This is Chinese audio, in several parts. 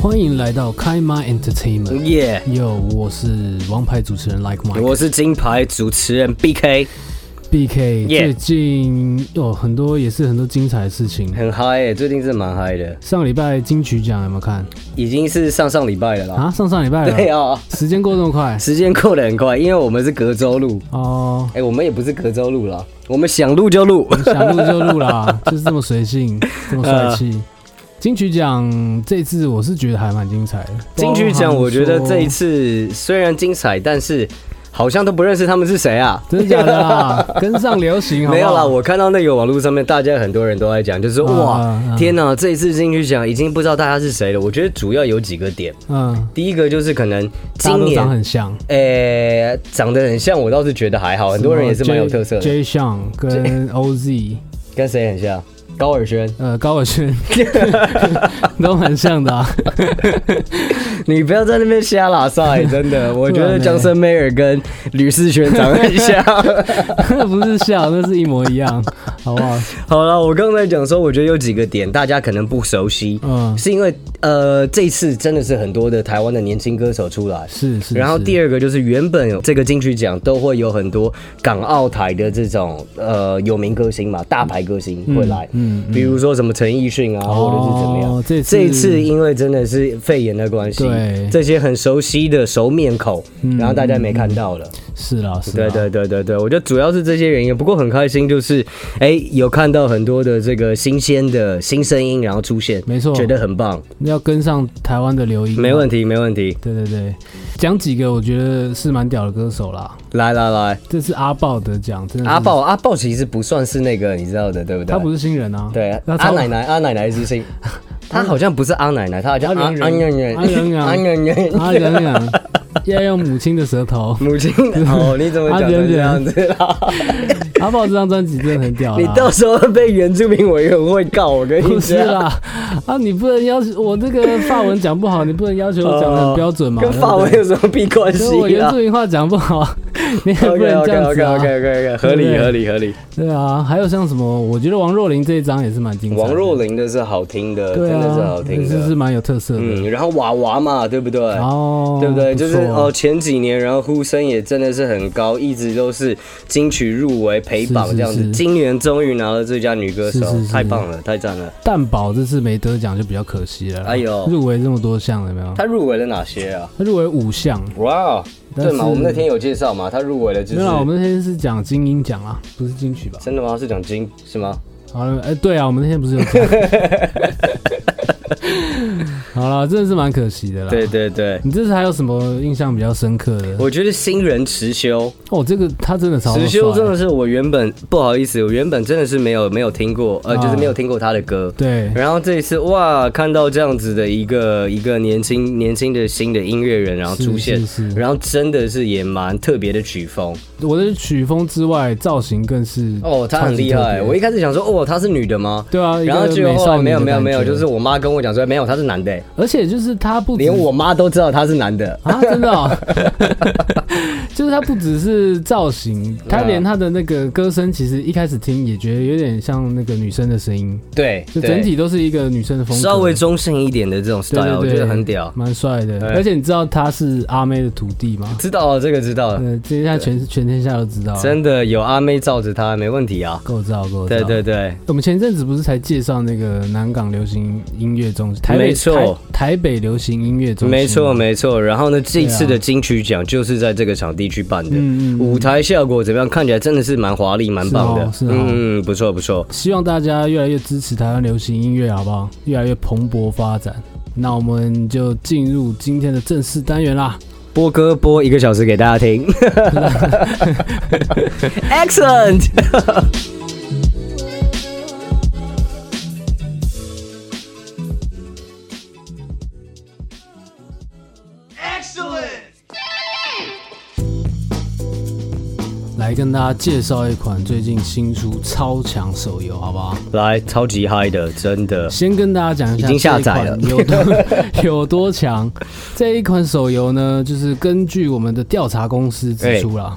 欢迎来到开麦 Entertainment。耶、哟，我是王牌主持人 Like Mike，我是金牌主持人 BK， BK。 Yeah 最近有很多也是很多精彩的事情。很嗨、欸，最近是蛮嗨的，上礼拜金曲奖有没有看已经是上上礼拜了啦。啊？上上礼拜了，哦对啊，时间过这么快时间过得很快，因为我们是隔周录，哦哎、，我们也不是隔周录啦，我们想录就录。想录就录 啦，就是这么随性，这么帅气。金曲奖这次我是觉得还蛮精彩的。金曲包奖，含我觉得说这一次虽然精彩，但是好像都不认识他们是谁啊。真的假的 啊？跟上流行好不好没有啦，我看到那个网络上面，大家很多人都在讲，就是说嗯哇嗯嗯，天哪，这一次金曲奖已经不知道大家是谁了。我觉得主要有几个点，嗯，第一个就是可能大家今都年长很像。诶、长得很像，我倒是觉得还好，很多人也是蛮有特色的。 J 项 跟 OZ，跟谁很像？高尔宣，呃，高尔 宣 都蛮像的、啊。 你不要在那边瞎拉 塞，真的，我觉得江森梅尔跟吕思璇长得很像。那不是像，那是一模一样，好不好？ 好了，我刚才讲说，我觉得有几个点大家可能不熟悉，嗯，是因为呃，这一次真的是很多的台湾的年轻歌手出来。是是。然后第二，二个就是，原本这个金曲奖都会有很多港澳台的这种呃有名歌星嘛，大牌歌星会来，嗯嗯比如说什么陈奕迅啊，或者是怎么样。哦这次这一次因为真的是肺炎的关系对，嗯这些很熟悉的熟面孔，然后大家没看到了。是啦，嗯是啦对对对对对，我觉得主要是这些原因。不过很开心，就是哎，有看到很多的这个新鲜的新声音，然后出现，没错觉得很棒，要跟上台湾的流音，没问题。题，没问题。对对对，讲几个我觉得是蛮屌的歌手啦。来来来，这次阿豹得奖，真的是阿，豹阿豹其实不算是那个你知道的，对不对？他不是新人啊。对，那阿超奶奶阿奶奶是谁？他好像不是阿奶奶，他好像阿娘娘娘阿娘娘阿阿娘娘阿仁仁 要用母亲的舌头。母亲哦，你怎么讲成这样子啦？阿豹这张专辑真的很屌啦。你到时候被原住民委员会告，我跟 你不是讲。啦，啊，你不能要求我这个法文讲不好，你不能要求我讲的很标准嘛，跟法文对有什么屁关不对系所以我原啊住民话讲不好， 你也不 OK 能这 OK 样 OK 子 OK 啊。 OK，合对理不对合理合理。对啊，还有像什么，我觉得王若琳这一张也是蛮精彩的。王若琳的是好听的，对真啊，的是好听是的是。蛮有特色的。嗯，然后娃娃嘛，对不对？哦，对不对？就是错哦，，前几年，然后呼声也真的是很高，一直都是金曲入围陪是榜是这样子。是今年终于拿了最佳女歌手，是是是太棒了，太赞了！蛋宝这次没得奖就比较可惜了啦。哎呦啊入围这么多项有没有？她入围了哪些啊？他入围五项。哇，但是对嘛？我们那天有介绍嘛？她入围了就没有啦，我是们那天是讲金鹰奖啦，不是金曲吧？真的吗？是奖金是吗？好了，哎、对啊，我们那天不是 有讲。好了，真的是蛮可惜的啦。对，对对，你这次还有什么印象比较深刻的？我觉得新人池修，哦，这个他真的超池帅。修真的是我原本不好意思，我原本真的是没有没有听过，呃，啊就是没有听过他的歌。对，然后这一次哇，看到这样子的一个一个年轻年轻的新的音乐人，然后是出现，是是然后真的是也蛮特别的曲风我的曲风之外，造型更是哦，她很厉超级特害。别我一开始想说哦，她是女的吗？对啊，然后一结个果美后少来女没有的没有感没有，觉就是我妈跟我讲说没有，她是 男的，而且就是他不只连我妈都知道她是男的。啊，真的、哦， 就是他不只是造型，他对啊连他的那个歌声，其实一开始听也觉得有点像那个女生的声音，对，就对整体都是一个女生的风格。稍微中性一点的这种 style，我觉得很屌。蛮帅的对。而且你知道他是阿妹的徒弟吗？知道了这个知道了，呃，这下全全天下都知道了，啊真的有阿妹罩着她，没问题啊。够知道够知对道。对对，我们前阵子不是才介绍那个南港流行音乐中心，台北没错台台北流行音乐中心，没错，没错。然后呢，这一次对啊的金曲奖就是在这个场地去办的，嗯嗯嗯舞台效果怎么样？看起来真的是蛮华丽、蛮棒的，是哦是哦嗯嗯，不错不错。希望大家越来越支持台湾流行音乐，好不好？越来越蓬勃发展。那我们就进入今天的正式单元啦。播歌播一个小时给大家 听，excellent。来跟大家介绍一款最近新出超强手游，好不好？来，超级嗨的，真的。先跟大家讲一下，已经下载了有多 有多强。这一款手游呢，就是根据我哎们的调查公司指出啦，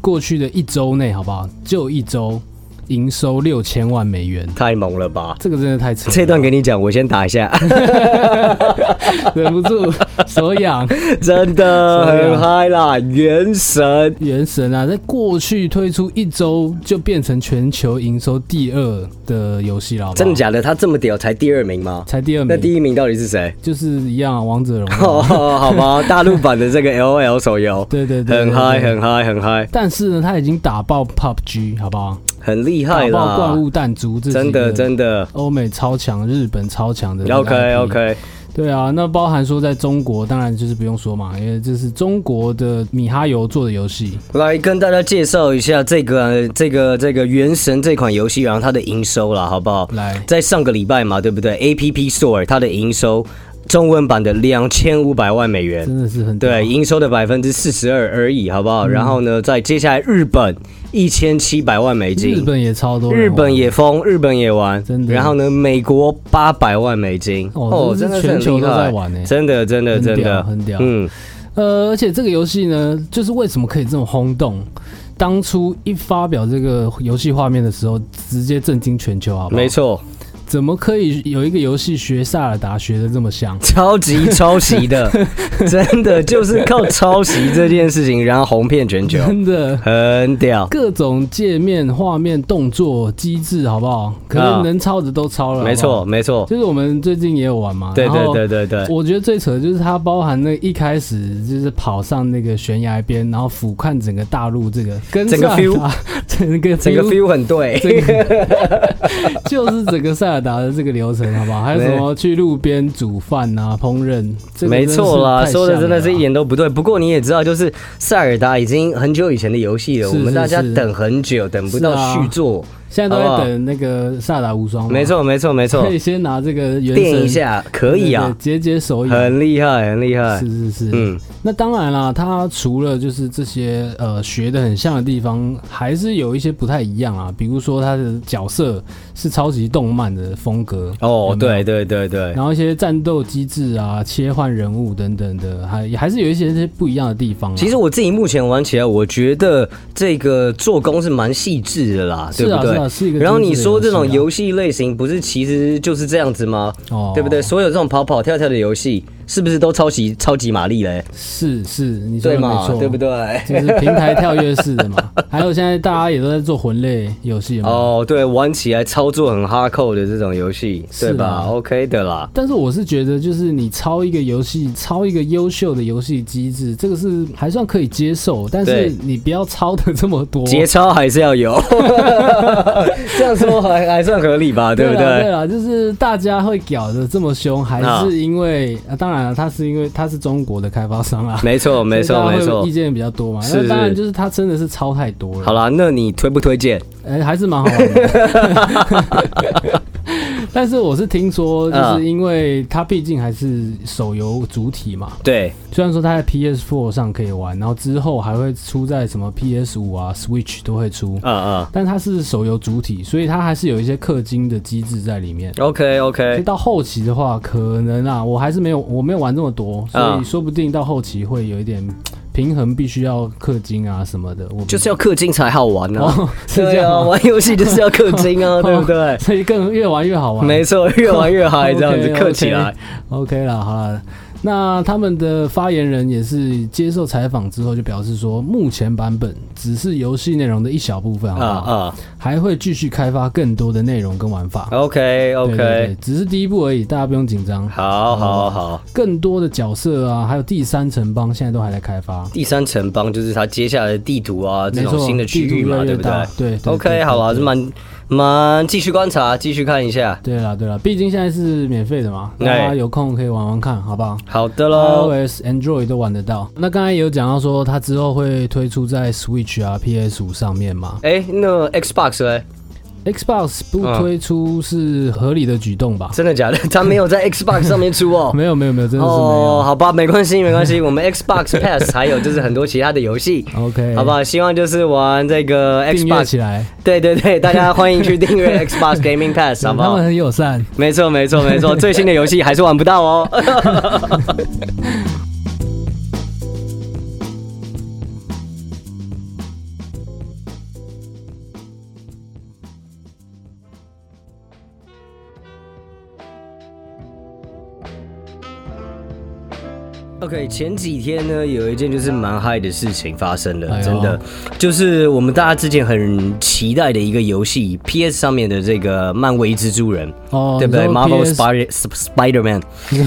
过去的一周内，好不好？就一周，营收六千万美元，太猛了吧！这个真的太扯了。这段给你讲，我先打一下， 忍不住手痒。真的所以啊很嗨啦！原神原神啊，在过去推出一周就变成全球营收第二的游戏了，好不好真的假的？他这么屌，才第二名吗？才第二那名，第一名到底是谁？ 就是一样啊，王者荣耀。哦，好吧，大陆版的这个 L O L 手游，对对对，很对嗨，。对很嗨，很嗨，但是呢，他已经打爆 PUBG，好不好？很厉害打爆啦怪！物弹珠，这真的，的。真的。欧美超强，日本超强的 OK OK，对啊，那包含说在中国，当然就是不用说嘛，因为这是中国的米哈游做的游戏，来跟大家介绍一下这个这个这个《原神》这款游戏，然后它的营收啦，好不好？来在上个礼拜嘛，对不对？A P P Store 它的营收中文版的两千五百万美元，真的是很屌对，营收的百分之四十二而已，好嗯不好？然后呢，在接下来日本一千七百万美日金。本也超多人玩，日本也疯，日本也玩真，的然后呢，美国八百万美金，哦，真的是全很球厉都在害，玩呢、真的，真的，很真屌，的，很屌。嗯，呃，而且这个游戏呢，就是为什么可以这么轰动？当初一发表这个游戏画面的时候，直接震惊全球，好不好？没，错，怎么可以有一个游戏学萨尔达学的这么像？超级抄袭 的，真的就是靠抄袭这件事情，然后红遍全 球，真的，很屌，各种界面、画面、动作、机制，好不好？可啊能能抄的都抄了，没好不好错，没错，就是我们最近也有玩嘛，对然后对对对对，我觉得最扯的就是它包含那一开始就是跑上那个悬崖边，然后俯瞰整个大陆，这个跟整个萨尔达 整个整个 feel， feel 很对，整个就是整个塞尔达的这个流程，好不好？还有什么去路边煮饭啊、烹饪，这个没错啦，真的是太像说的真的是一了啊点都不对。不过你也知道，就是塞尔达已经很久以前的游戏了，是我们是大家是等很久，等不是到啊续作。现在都好不在好等那个塞尔达无双嘛，哦没错，没错，没错 可，以先拿这个原电神一下可以啊，对对解解手瘾。很厉害，很厉害是。是是，嗯，那当然啦，它除了就是这些呃学的很像的地方，还是有一些不太一样啊。比如说它的角色是超级动漫的风格哦，，有没有对对对对，然后一些战斗机制啊、切换人物等等的，还还是有一些些不一样的地方、啊。其实我自己目前玩起来，我觉得这个做工是蛮细致的啦，是对啊不是对啊，？是一个精致的游戏啊。然后你说这种游戏类型，不是其实就是这样子吗？哦，对不对？？所有这种跑跑跳跳的游戏，是不是都抄袭超级玛丽嘞？是是，你说的对没嘛？错，对不？对？就是平台跳跃式的嘛。还有现在大家也都在做魂类游戏嘛。哦，对，玩起来操作很哈扣的这种游戏，是啊对吧？OK 的啦，但是我是觉得，就是你抄一个游戏，抄一个优秀的游戏机制，这个是还算可以接受，但是对你不要抄的这么多。节操还是要有，这样说还还算合理吧？对不 对啦对啊对？啦，就是大家会搞得这么凶，还啊是因为啊当然了，它是因为它是中国的开发商啊，没错，没所以错，大家没会错意。见比较多嘛。是那当然是就是它真的是抄太多了。好啦，那你推不推荐？哎、还是蛮好玩的。 但是我是听嗯说，就是因为它毕竟还是手游主体嘛，对，虽然说它在 PS4 上可以玩，然后之后还会出在什么 PS5 啊、Switch 都会出，嗯嗯但它是手游主体，所以它还是有一些氪金的机制在里面。 ，OK 所以 OK，到后期的话，可能啊，我还是没有我没有玩这么多，啊所以说不定到后期会有一点平衡，必须要氪金啊什么的。我不就是要氪金才好玩呢、 哦， 是这对样啊，吗、玩游戏就是要氪 金啊，对不对？所以更越玩越好玩。没错，越玩越嗨，这样子 OK，OK 氪起来。 OK 啦，好啦。那他们的发言人也是接受采访之后就表示说，目前版本只是游戏内容的一小部分，好啊不好？啊还会继续开发更多的内容跟玩法。 ，OK 对对 OK，对，只是第一步而已，大家不用紧张。好好好。更多的角色啊，还有第三城邦现在都还在开发，第三城邦就是它接下来的地图啊，这没种错，新的地区图域越嘛，来对越不对大。对对对 OK，好了，是。蛮蛮继续观察，继续看一下。对对啦对啦，毕竟现在是免费的嘛，大哎家有空可以玩玩看，好不好？好的喽， iOS、Android 都玩得到。那刚才也有讲到说，它之后会推出在 Switch 啊、PS 五上面嘛。哎，那 Xbox 呢？ Xbox 不嗯推出是合理的举动吧？真的假的？ 它没有在 Xbox 上面出哦。 没有没有没有，真的是没有。哦，好吧，没关系，没关系。我们 Xbox Pass 还有就是很多其他的游戏， OK，好不，好？希望就是玩这个哎订阅 Xbox，起来，对对对，大家欢迎去 订阅 Xbox Gaming Pass，好他不好们？很友善。没错，没错，没错，最新的游戏还是玩不到哦。 OK，前几天呢，有一件就是蛮嗨的事情发生了，哎呦真的，就是我们大家之前很期待的一个游戏，PS 上面的这个漫威蜘蛛人，哦，对不对你说？Marvel PS Spider Spider Man 你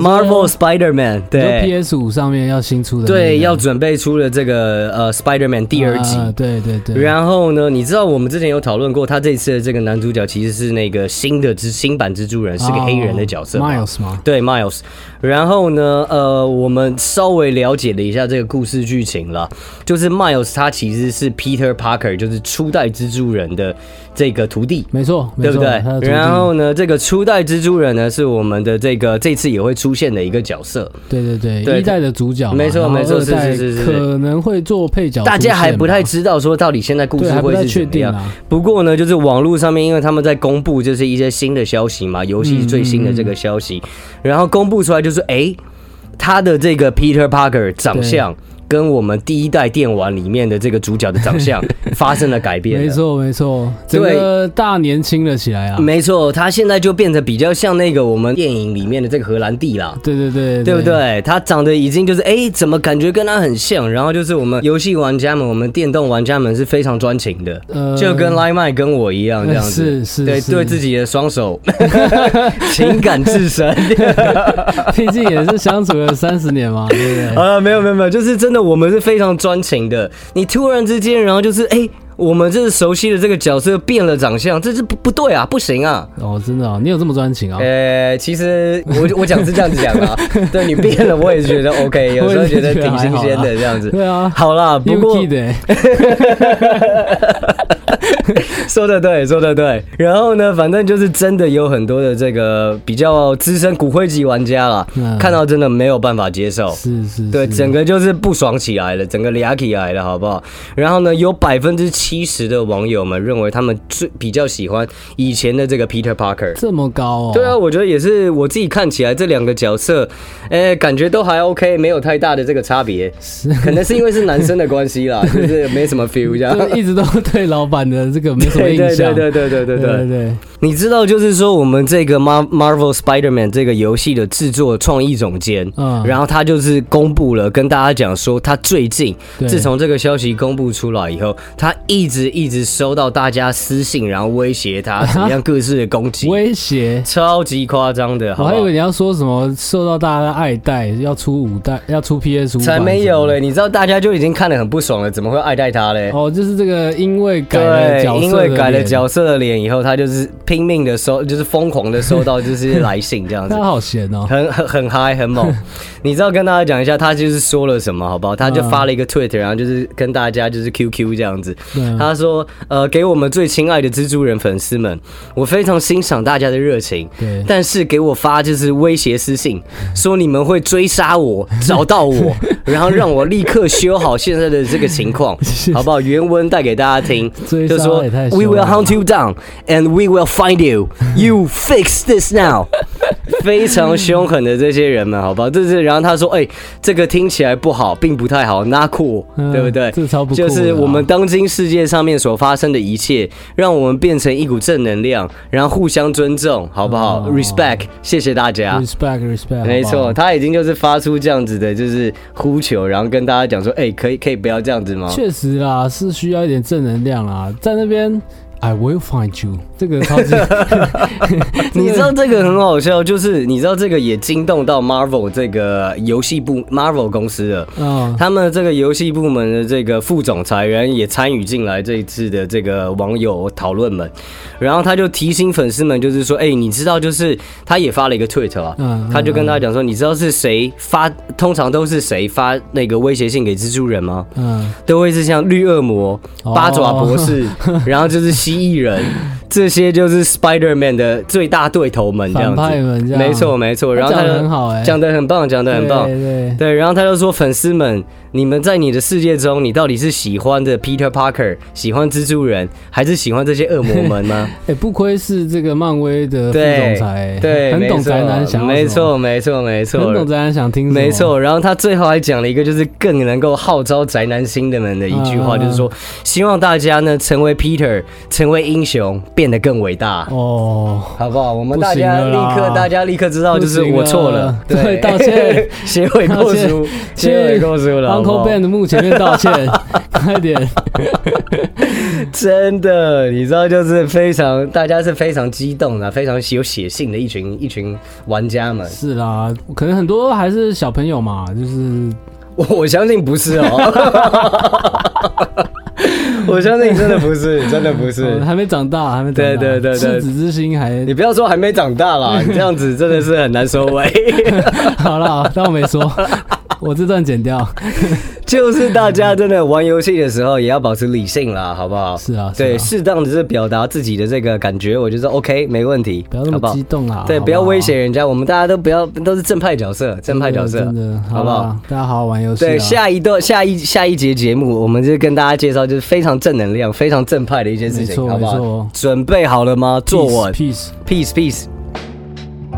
说 Marvel Spider Man，你说对 PS 五上面要新出的那个，对，要准备出了这个呃 Spider Man 第二集。啊对对对，然后呢？你知道我们之前有讨论过，他这次的这个男主角其实是那个新的蜘新版蜘蛛人，是个黑人的角色哦嘛。 Miles 吗？对 Miles，然后呢，呃，我们稍微了解了一下这个故事剧情了，就是 Miles 他其实是 Peter Parker，就是初代蜘蛛人的这个徒弟。没错，没对不错他的徒对？弟然后呢，这个初代蜘蛛人呢，是我们的这个这次也会出现的一个角色，对对对对，一代的主角嘛，没错然后没错二代是是是是可能会做配角出现嘛，大家还不太知道说到底现在故对，事还不会太是确怎么定样。啊。不过呢，就是网络上面，因为他们在公布就是一些新的消息嘛，游戏最新的这个消嗯息，然后公布出来就是，诶，他的这个 Peter Parker 长相跟我们第一代电玩里面的这个主角的 长相发生了改变了没错没错，整个大年轻了起来啊！没错，他现在就变得比较像那个我们电影里面的这个荷兰弟啦。对对对，对不？对？他长得已经就是诶，怎么感觉跟他很像？然后就是我们游戏玩家们，我们电动玩家们是非常专情的，呃就跟 Line 麦跟我一样这样 子，是是对，是对自己的双 手情感至深。 毕竟也是相处了三十年嘛，对不对？ 啊，没有没有没有，就是真的，我们是非常专情的。你突然之间，然后就是诶，我们这熟悉的这个角色变了长相，这是不不对啊，不行啊！ 哦，真的哦，你有这么专情啊？呃，其实我我讲是这样子讲 的啊，对你变了，我也觉得 OK，有时候觉得挺新鲜的这样子。对 啊，欸好啦，不过 Yuki 的 说的对，说的对。然后呢，反正就是真的有很多的这个比较资深骨灰级玩家啦，嗯看到真的没有办法接受。是是，对，是整个就是不爽起来了，整个俩起来了，好不好？然后呢，有百分之七十的网友们认为他们最比较喜欢以前的这个 Peter Parker。这么高哦？对啊，，我觉得也是，我自己看起来这两个角色，哎、感觉都还 OK，没有太大的这个差别。可能是因为是男生的关 系啦，就是没什么 feel 这样。就一直都对老板的这个没什么对印对对象。嗯对对对对对对对。对，你知道，就是说我们这个 Mar Marvel Spider-Man 这个游戏的制作创意总监，嗯然后他就是公布了，跟大家讲说，他最近对自从这个消息公布出来以后，他一直一直收到大家私信，然后威胁他怎么样各式的攻击， 威胁。超级夸张的，好我不还以好为？你要说什么受到大家的爱戴，要出五代，要出 PS 五，才没有。嘞！你知道大家就已经看得很不爽了，怎么会爱戴他嘞？哦，就是这个因为改了角色对，的因为改了脸，角色的脸以后，他就是拼命的收，就是疯狂的收到就是来信这样子他。好闲 哦。很很很嗨，很猛。你知道跟大家讲一下，他就是说了什么，好不好？他就发了一个 tweet，然后就是跟大家就是 QQ 这样子。对他说：“呃，给我们最亲爱的蜘蛛人粉丝们，我非常欣赏大家的热情，对但是给我发就是威胁私信，说你们会追杀我，找到我，然后让我立刻修好现在的这个情况，好不好？原文带给大家听，追就杀说也太凶 We 了 will hunt you down and we will find you. You fix this now.” 非常凶狠的这些人们，好不好？ 这是然后他说：“哎、这个听起来不好，并不太好，not cool，、嗯对不对？”这超不酷的就啊是我 们当今世界上面所发生的一切，让我们变成一股正能量，然后互相尊重，好不好、哦 r e s p e c t 谢谢大家。 respect respect，没好不错，好，他已经就是发出这样子的，就是呼求，然后跟大家讲说，哎、可以可以不要这样子吗？确实啦，是需要一点正能量啦，在那边。I will find you，这个超级， 你知道这个很好笑，就是你知道这个也惊动到 Marvel 这个游戏部 Marvel 公司了。嗯，他们这个游戏部门的这个副总裁人也参与进来这一次的这个网友讨论们，然后他就提醒粉丝们，就是说，哎、你知道，就是他也发了一个 tweet 啊，嗯嗯他就跟大家讲说，你知道是谁发，通常都是谁发那个威胁信给蜘蛛人吗？嗯，都会是像绿恶魔、哦 八爪博 士，然后就是蜥蜴人，这些就是 Spider Man 的最大对头们这样哦反派子。们这样，没错没错，然后他他讲就的很好哎，讲的很棒，讲的很棒。对对，对，然后他就说粉丝们，你们在你的世界中，你到底是喜欢的 Peter Parker，喜欢蜘蛛人，还是喜欢这些恶魔们 呢？哎、不愧是这个漫威的副对总裁，对，很没懂错宅男想要没什么，错，没错，没错，很懂宅男想听什么，没错，然后他最后还讲了一个，就是更能够号召宅男心的们的一句话，嗯嗯嗯就是说，希望大家呢成为 Peter，成为英雄，变得更伟大，哦，好不好？我们不大家行了立啦刻，大家立刻知道，就是不行我错了了，对道歉， 协会道过歉书，协会过书了好不 Uncle 好 Ben 的幕前面道歉， 快点，真的，你知道，就是非常，大家是非常激动的，非常有血性的一群一群玩家们。是啦，可能很多还是小朋友嘛，就是我我相信不是哦， 我相信真的不是，真的不是呃。还没长大，还没长大，对对对对赤子之心还你不要说还没长 大啦，你这样子真的是很难收尾。 好了，当我没说， 我这段剪掉，就是大家真的玩游戏的时候也要保持理性啦，好不好？是啊是啊对，适当的是表达自己的这个感觉，我觉得 OK，没问题，不要那好不么好激动啦，对，好不要好威胁人家，我们大家都不要都是正派角色，正派角色，真的，好好不不好好？？大家好好玩游戏啊。对，下一段下一下一节节目，我们就跟大家介绍就是非常正能量、非常正派的一件事没情，错好不没好错？准备好了吗？坐稳 p e a c e ，peace peace。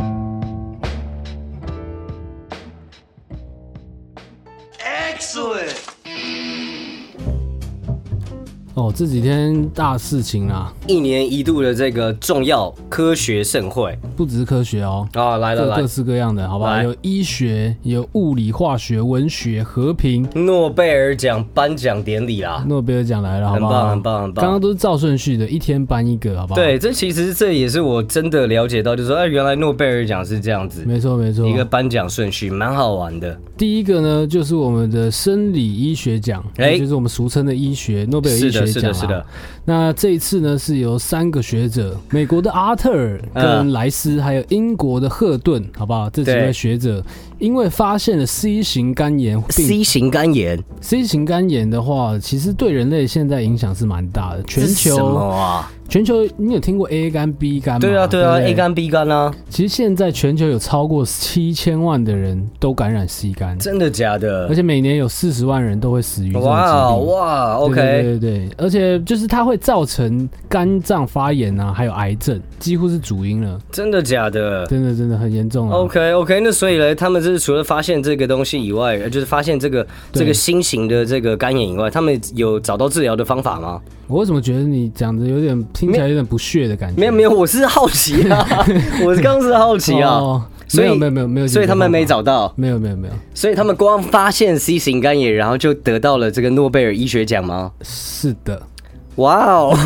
哦，这几天大事情啊啦，一年一度的这个重要科学盛会不只是科学哦，啊，来了各来各，式各样的，好不好？来有医学，有物理、化学、文学、和平，诺贝尔奖颁奖典礼啦。诺贝尔奖来了，好很不好？棒，很。棒，很棒！刚刚都是照顺序的，一天颁一个，好不好？，对，这其实这也是我真的了解到，就是说，哎，原来诺贝尔奖是这样子没错没错一。个颁奖顺序，蛮好玩的。第一个呢，就是我们的生理医学奖，哎也就是我们俗称的医学诺贝尔是医学的，是奖的，啊是的。。那这一次呢，是由三个学者，美国的阿特尔、跟嗯莱斯，还有英国的赫顿，好不好？这几对位学者，因为发现了 C 型肝炎病 C 型肝炎， ，C 型肝炎的话，其实对人类现在影响是蛮大的。全这是什么球，啊？全球，你有听过 A 肝、B 肝吗？对啊，对啊不，A。肝 B 肝啊，其实现在全球有超过七千万的人都感染 C 肝，真的假而的？且每年有四十万人都会死于这种疾哇哦病。哇对，OK，对对对，而且就是它会造成肝脏发炎啊，还有癌症，几乎是主因了，真的假的？真的真的很严重啊。 OK OK，那所以呢，他们就是除了发现这个东西以外，呃就是发现这个对这个新型的这个肝炎以外，他们有找到治疗的方法吗？我为什么觉得你讲的有点听起来有点不屑的感觉？没有没有有，我是好奇 啊，我是刚刚是好奇啊，哦、所以没有没有没有没有，所以他们没，找到，没有没有没有，所以他们光发现 C 型肝炎，然后就得到了这个诺贝尔医学奖吗？是的， 哇哦，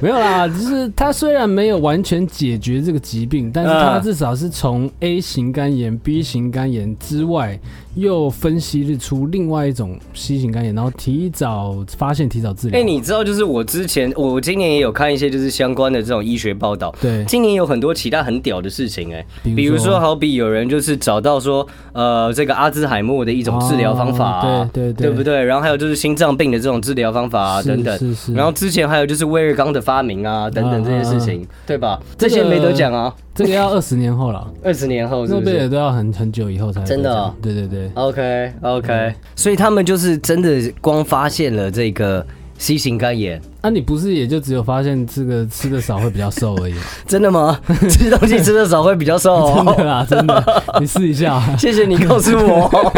没有啦，就是它虽然没有完全解决这个疾病，但是它嗯至少是从 A 型肝炎、B 型肝炎之外，又分析出另外一种 C 型肝炎，然后提早发现、提早治疗。哎，你知道就是我之前我我今年也有看一些就是相关的这种医学报道，对，今年有很多其他很屌的事情哎、比如比如说说啊好比有人就是找到说呃这个阿兹海默的一种治疗方法啊、哦对对对不对？然后还有就是心脏病的这种治疗方法啊是等等。是是然后之前还有就是威尔刚的发明啊，等等这些事情，啊对吧？这些没得讲啊，这个要二十年后了，二十年 后是诺不贝尔是都要很很久以后才会真的哦这样对对对， ？OK OK，、所以嗯他们就是真的光发现了这个 C 型肝炎，那、啊你不是也就只有发现这个吃的少会比较瘦 而已？真的吗？吃东西吃的少会比较 瘦、真的哦。啦，真的，你试一下，谢谢你告 诉我。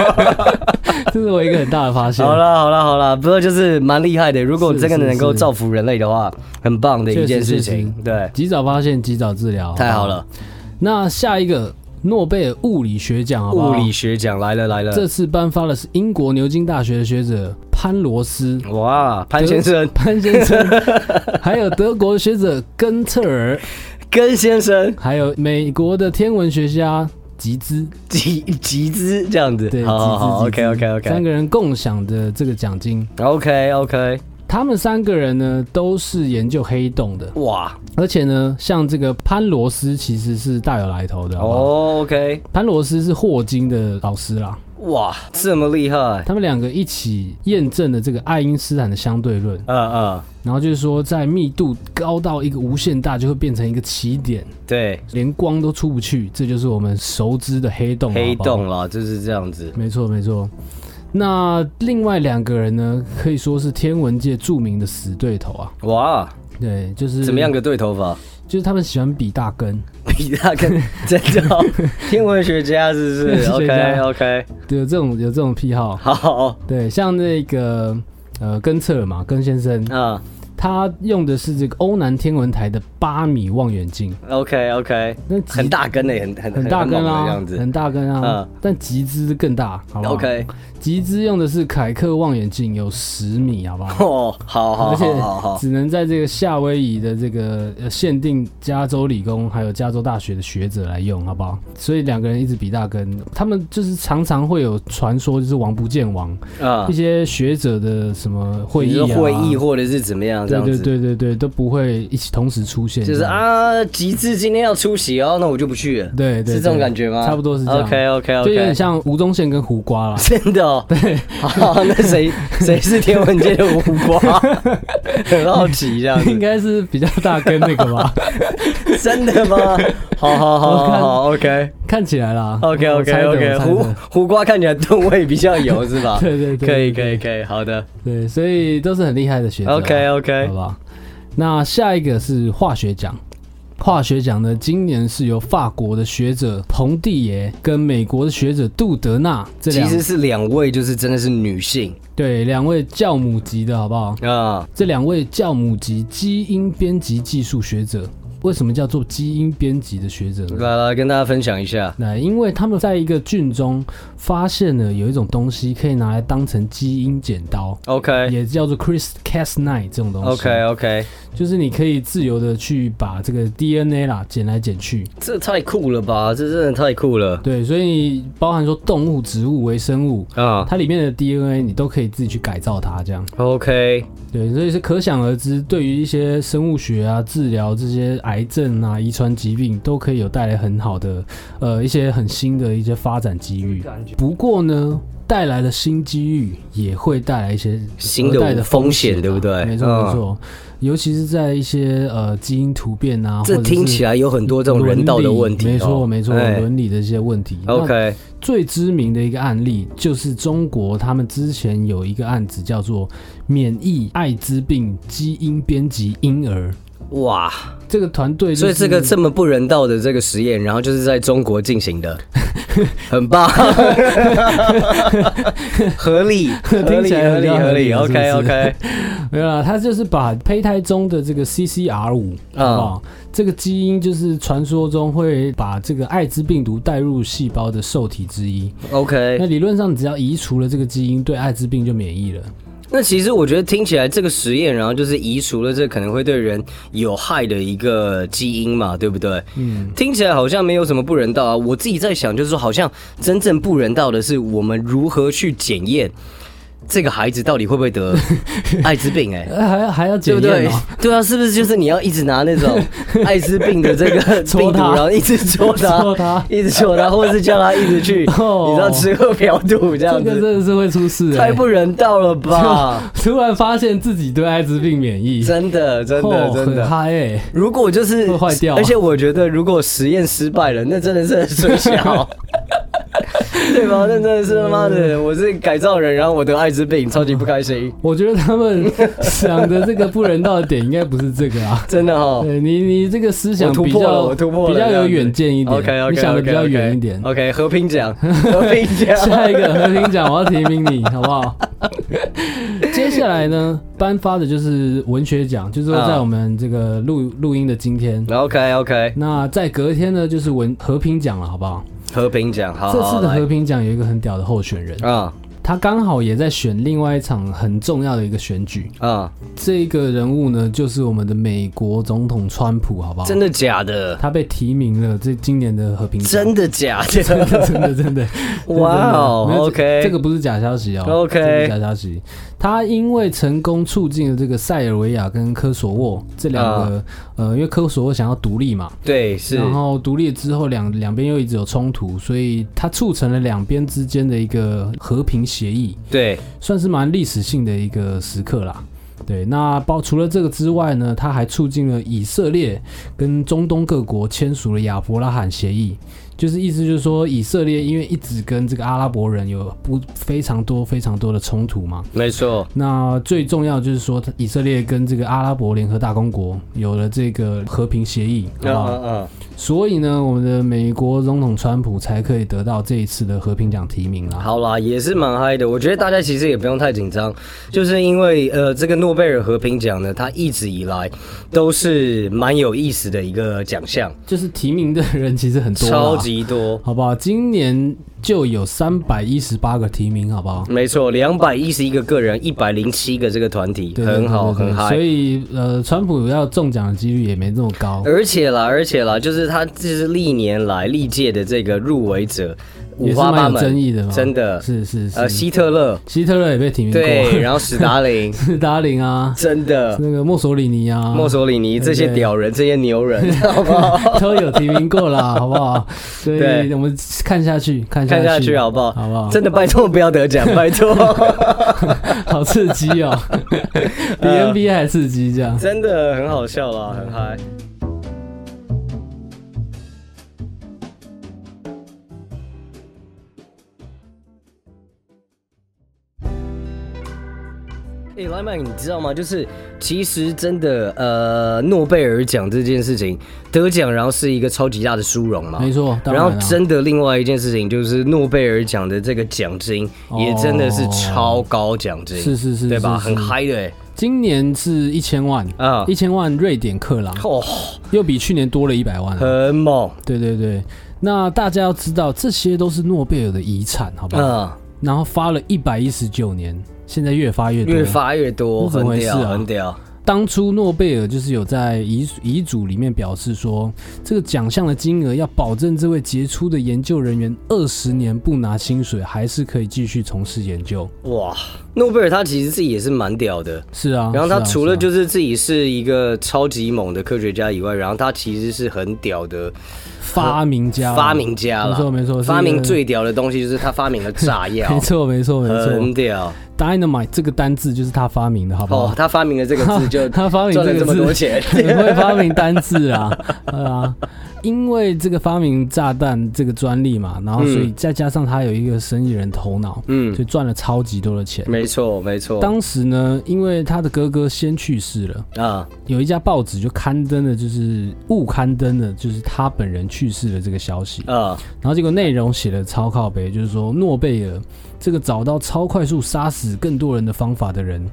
这是我一个很大的发现。好啦好啦好啦，不过就是蛮厉害的。如果真的能够造福人类的话，很棒的一件事确实情确。实对，及早发现，及早治疗，太好不了。，那下一个诺贝尔物理学奖，好不好？物理学奖来了来了这。次颁发的是英国牛津大学的学者潘罗斯。 哇，潘先生德、潘先 生，还有德国学者根特尔， 跟先生还有美国的天文学家吉兹，集集资这样子，对，好好好集资，OK 集资 OK 三 OK 个人共享的这个奖金。 OK OK，他们三个人呢，都是研究黑洞的，哇而且呢，像这个潘罗斯其实是大有来头的。哦，哦 OK，潘罗斯是霍金的老师啦，哇，这么厉害！他们两个一起验证了这个爱因斯坦的相对论，嗯嗯，然后就是说，在密度高到一个无限大，就会变成一个起点，对，连光都出不去，这就是我们熟知的黑洞。黑好不好洞啦，就是这样子。没错没错。那另外两个人呢，可以说是天文界著名的死对头啊。哇，对，就是怎么样？个对头 法？就是他们喜欢比大根。比他更真的哦天文学家是不 天文是学？OK 家 OK，对，有这种有这种癖好。好，对，像那个呃，根策尔嘛，根先生，嗯他用的是这个欧南天文台的八米望远镜， ，OK OK，那集很大根的，很很很大根猛的啊，这样子。很啊大根啊，嗯但集资更大，好不好 OK，集资用的是凯克望远镜，有十米，好不好？哦，好好而且好好好，只能在这个夏威夷的这个呃限定加州理工还有加州大学的学者来用，好不好？所以两个人一直比大跟，他们就是常常会有传说，就是王不见王，一嗯，些学者的什么会你议、说啊、会议或者是怎么样对这样对子，对对对都不会一起同时出现，就是这样，啊，集资今天要出席哦，那我就不去了，对对对，是这种感觉吗？差不多是这样 OK OK 就有点 OK，。像吴宗宪跟胡瓜啦真的 哦，对，好，那谁谁是天文界的无 瓜？很好奇这样应子，该是比较大跟那个 吧，真的吗？好好好好好，OK 看起来啦。 OK 我猜 OK 的 OK，我猜胡的胡瓜看起来吨位比较油是吧？ 对对对，可以可以可以，好的对，所以都是很厉害的学者啊。 ，OK 好 OK，吧。那下一个是化学奖，化学奖呢，今年是由法国的学者彭蒂耶跟美国的学者杜德纳这其两实是两位就是真的是女性对两位教母级的好不好？啊，这两位教母级基因编辑技术学者，为什么叫做基因编辑的学者呢？来来跟大家分享一下，那因为他们在一个菌中发现了有一种东西可以拿来当成基因剪刀， OK 也叫做 CRISPR-Cas9 这种东西。哎 OK OK，就是你可以自由的去把这个 DNA 啦剪来剪去，这太酷了吧！这真的太酷了对，所以包含说动物、植物、微生物，啊它里面的 DNA 你都可以自己去改造它，这样！OK，对，所以是可想而知，对于一些生物学啊、治疗这些癌症啊、遗传疾病，都可以有带来很好的呃一些很新的一些发展机遇。不过呢，带来了新机遇，也会带来一些新的额外的风险险啊，对不对没错嗯没错，尤其是在一些呃基因突变啊，这或者听是起来有很多这种人道的问题哦，伦理没错没错，哎伦理的一些问题。那 OK，最知名的一个案例就是中国，他们之前有一个案子叫做免疫艾滋病基因编辑婴儿，哇，这个团队、就所以是，这个这么不人道的这个实验，然后就是在中国进 行的，很棒，合理，合听理，起来合理，比较合合理理，OK 是不是 OK，没有啊啦，他就是把胚胎中的这个 CCR 五嗯啊，这个基因就是传说中会把这个艾滋病毒带入细胞的受体之一。那 OK。理论上只要移除了这个基因，对艾滋病就免疫了。那其实我觉得听起来这个实验，然后就是移除了这可能会对人有害的一个基因嘛，对不对？嗯，听起来好像没有什么不人道啊。我自己在想，就是说，好像真正不人道的是我们如何去检验这个孩子到底会不会 得艾滋病、哎。哎还要还要对检不验对哦。？对啊，是不是就是你要一直拿那 种艾滋病的这个戳病毒，它然后一直戳 它，戳它一直戳它，或者是叫它一直去，你知哦道吃喝嫖赌这这样个真子，的是啊会出事、欸，太不人道 了吧？突然发现自己对艾滋病免疫，啊 真的，真的，哦真的很。嗨欸如果就是会坏掉啊而且我觉得如果实验失败了，那 真的是很水小。 对吧？那真的是他妈呃的，我是改造人，然后我得艾滋病，超级不 开心，我觉得他们想的这个不人道的点应该不是这个 啊。真的哈。对你，你这个思想我突比破了，较我突破了，比较有远见一点 OK OK，你想的比较远一点。 OK，和 平奖，和平奖。下一 个和平奖，我要提名你，好不好？接下来呢，颁发的就是文学奖，就是啊说在我们这个录录音的今天。 OK OK，那在隔天呢，就是文和平奖了，好不好？和平奖，好这好次的来和平奖有一个很屌的候选人，啊他刚好也在选另外一场很重要的一个选举。啊，这个人物呢，就是我们的美国总统川普，好不好？真的假的？他被提名了这今年的和平奖。 真的假的？ 真的真的真的，哇哦真的没有这 OK 这个不是假消息哦 OK 这不是假消息。他因为成功促进了这个塞尔维亚跟科索沃这两个，呃，因为科索沃想要独立嘛，对，啊是，然后独立之后两两边又一直有冲突，所以它促成了两边之间的一个和平协议，对，算是蛮历史性的一个时刻啦。对，那包除了这个之外呢，它还促进了以色列跟中东各国签署了亚伯拉罕协议，就是意思就是说，以色列因为一直跟这个阿拉伯人有不非常多非常多的冲突嘛，没错，那最重要就是说，以色列跟这个阿拉伯联合大公国有了这个和平协议，好嗯不好嗯嗯，所以呢，我们的美国总统川普才可以得到这一次的和平奖提名啦。啊好啦，也是蛮嗨的。我觉得大家其实也不用太紧张，就是因为呃，这个诺贝尔和平奖呢，它一直以来都是蛮有意思的一个奖项，就是提名的人其实很多啦，啊超级多。好不好？今年就有三百一十八个提名，好不好？没错，两百一十一个个人，一百零七个这个团体，对对很好，对对很嗨。所以呃，川普要中奖的几率也没这么高。而且啦，而且啦，就是他这是历年来历届的这个入围者，也五是花蛮八有门，争议的嘛，真的。是是是，呃，希特勒，希特勒也被提名过，对，然后史达 林，斯达林 啊，真的，那个墨索里尼啊，墨索里尼这些对屌人，这些 牛人，好不好？都有提名过 啦，好不好？所以对我们看下去，看看下去去好不好？好不好？真的拜托不要得奖，拜托，好刺激 哦，比呃 NBA 还刺激这样。 真的很好笑啦，很嗨。哎、莱曼，你知道吗？就是其实真的，呃，诺贝尔奖这件事情得奖，然后是一个超级大的殊荣嘛。没错，当然然啊啊后啦真的，另外一件事情就是诺贝尔奖的这个奖金也真的是超高奖金，是是是，对吧？是很。是嗨的哎、今年是一千万，啊、欸一千万瑞典克朗，哦，又比去年多了一百万啊。很猛，对对对，那大家要知道，这些都是诺贝尔的遗产，好不好？嗯，然后发了一百一十九年，现在越发越多。越发越多，那怎么很回屌，事啊很屌，当初诺贝尔就是有在遗遗嘱里面表示说，这个奖项的金额要保证这位杰出的研究人员二十年不拿薪水，还是可以继续从事研究。哇！诺贝尔他其实自己也是蛮屌的，是啊，然后他是啊除了是啊就是自己是一个超级猛的科学家以外，然后他其实是很屌的发明家，发明家没错了。没错，是一个发明最呃屌的东西就是他发明了炸药 没，错没错没很错屌，dynamite 这个单字就是他发明的，好不哦好！？他发明了这个字就 他发明赚了这这个么多字， 钱，很会发明单字啊， 对啊，因为这个发明炸弹这个专利嘛，然后所以再加上他有一个生意人头脑，嗯，所以赚了超级多的钱。没错没错，当时呢，因为他的哥哥先去世了，啊有一家报纸就刊登了，就是误刊登了，就是他本人去世的这个消息。啊然后结果内容写的超靠北，就是说诺贝尔这个找到超快速杀死更多人的方法的人，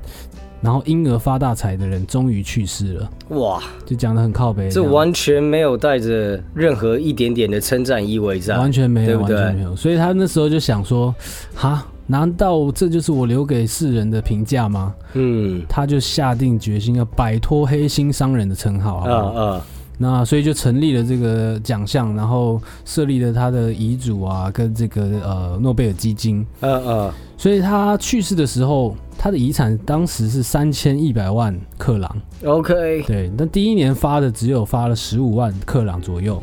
然后因而发大财的人终于去世了，哇，就讲的很靠北样。这完全没有带着任何一点点的称赞意味在，完全没对有，不完对全没有。所以他那时候就想说，哈，难道这就是我留给世人的评价吗？嗯，他就下定决心要摆脱黑心商人的称号，好不啊好？啊，那所以就成立了这个奖项，然后设立了他的遗嘱啊，跟这个呃诺贝尔基金。啊啊，所以他去世的时候，他的遗产当时是三千一百万克朗， OK，对，那第一年发的只有发了十五万克朗左右，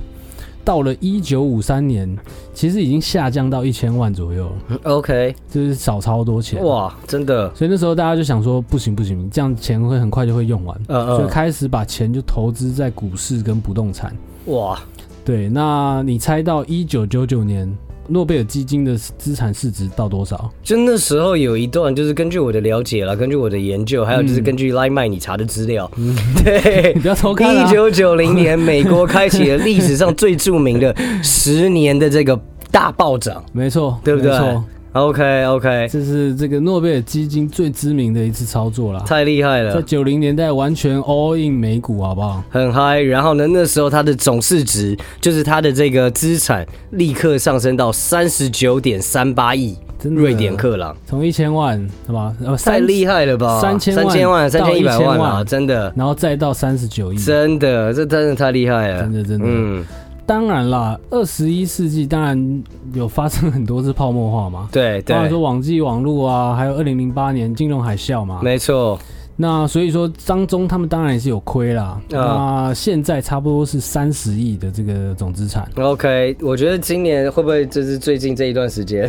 到了一九五三年，其实已经下降到一千万左右了， OK，就是少超多钱。！哇，真的，所以那时候大家就想说，不行不行，这样钱会很快就会用完，嗯所以嗯，开始把钱就投资在股市跟不动产。哇，对，那你猜到一九九九年诺贝尔基金的资产市值到多少？ 就那时候有一段，就是根据我的了解啦，根据我的研究，还有就嗯是根据 Line 麦你查的资料， 对你。不要嗯 偷看啊一！九九零年，美国开启了历史上最著名的十年的这个大暴涨。没错，对不对没错， OK OK， 这是这个诺贝尔基金最知名的一次操作啦。太厉害在了，九零年代完全 all in 美股，好不好？很嗨。然后呢，那时候它的总市值，就是它的这个资产，立刻上升到三十九点三八亿真的，瑞典克朗，从一千万，好吧，呃，太三厉害了吧？三千万三千万、三到千一百1000万啊，万嗯真的。然后再到三十九亿，真的，这真的太厉害了，真的真的啊嗯，当然啦，二十一世纪当然有发生很多次泡沫化嘛，对包含说对，网际网络啊，还有二零零八年金融海啸嘛。没错，那所以说张忠他们当然也是有亏啦。啊那现在差不多是三十亿的这个总资产。 OK，我觉得今年会不会就是最近这一段时间，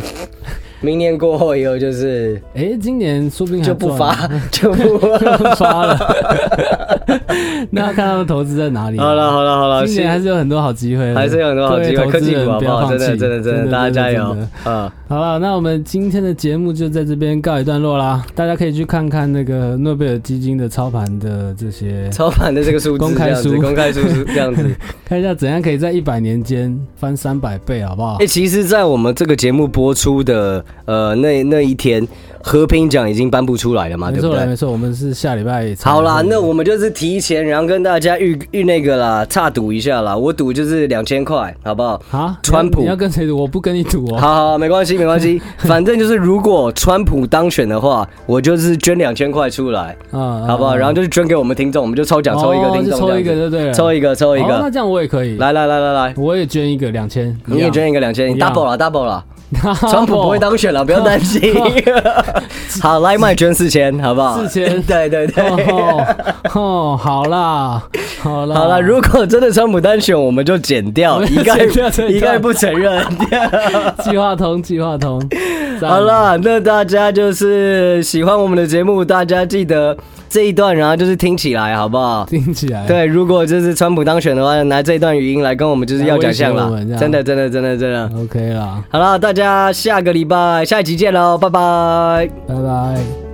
明年过后以后就是哎、今年说不定还就不赚啊发 就不发。不发了。那要看他们投资在哪里、啊好了好了好了，今年还是有很多好机会的，呃还是有很多好机各会，位科投资技人股好啊不不要好？放真弃的真的真的，大家加油真的啊！好了，那我们今天的节目就在这边告一段落啦。大家可以去看看那个诺贝尔基金的操盘的这些， 操盘的这个数字公这开样子，书公开数 字这样子。看一下怎样可以在一百年间翻三百倍，好不好哎、？其实，在我们这个节目播出的呃那那一天，和平奖已经颁布出来了嘛，没对不错啦，对？没错，我们是下礼拜才好啦，会那我们就是提前，然后跟大家预预那个啦，差赌一下啦。我赌就是两千块，好不好？啊，川普你要跟谁赌？我不跟你赌哦。好好，没关系，没关 系，反正就是如果川普当选的话，我就是捐两千块出来，嗯，好不好？然后就是捐给我们听众，我们就抽奖，抽一个听哦就众，抽一个这样就对子了，抽一个，抽一好那个，这样我也可以，来来来来来，我也捐一个两千，你 也捐一个两千一样，double 了，double 了。 2000，川普不会当选了，不要担 心。好，来麦捐四千，好不好？ 4000 对对对。哦哦，好啦，好啦，好了，如果真的川普当选，我们就剪掉，我们一就概哦剪掉这一段一概不承认。 计划通，计划通，赞好，了，那大家就是喜欢我们的节目，大家记得这一段，然后就是听起来，好不好？听起来，对，如果就是川普当选的话，拿这一段语音来跟我们就是要奖项来威了胁我们这，样真的，真的，真的，真的。 ，OK 啦，好了，大家下个礼拜下一集见喽，拜拜。拜拜。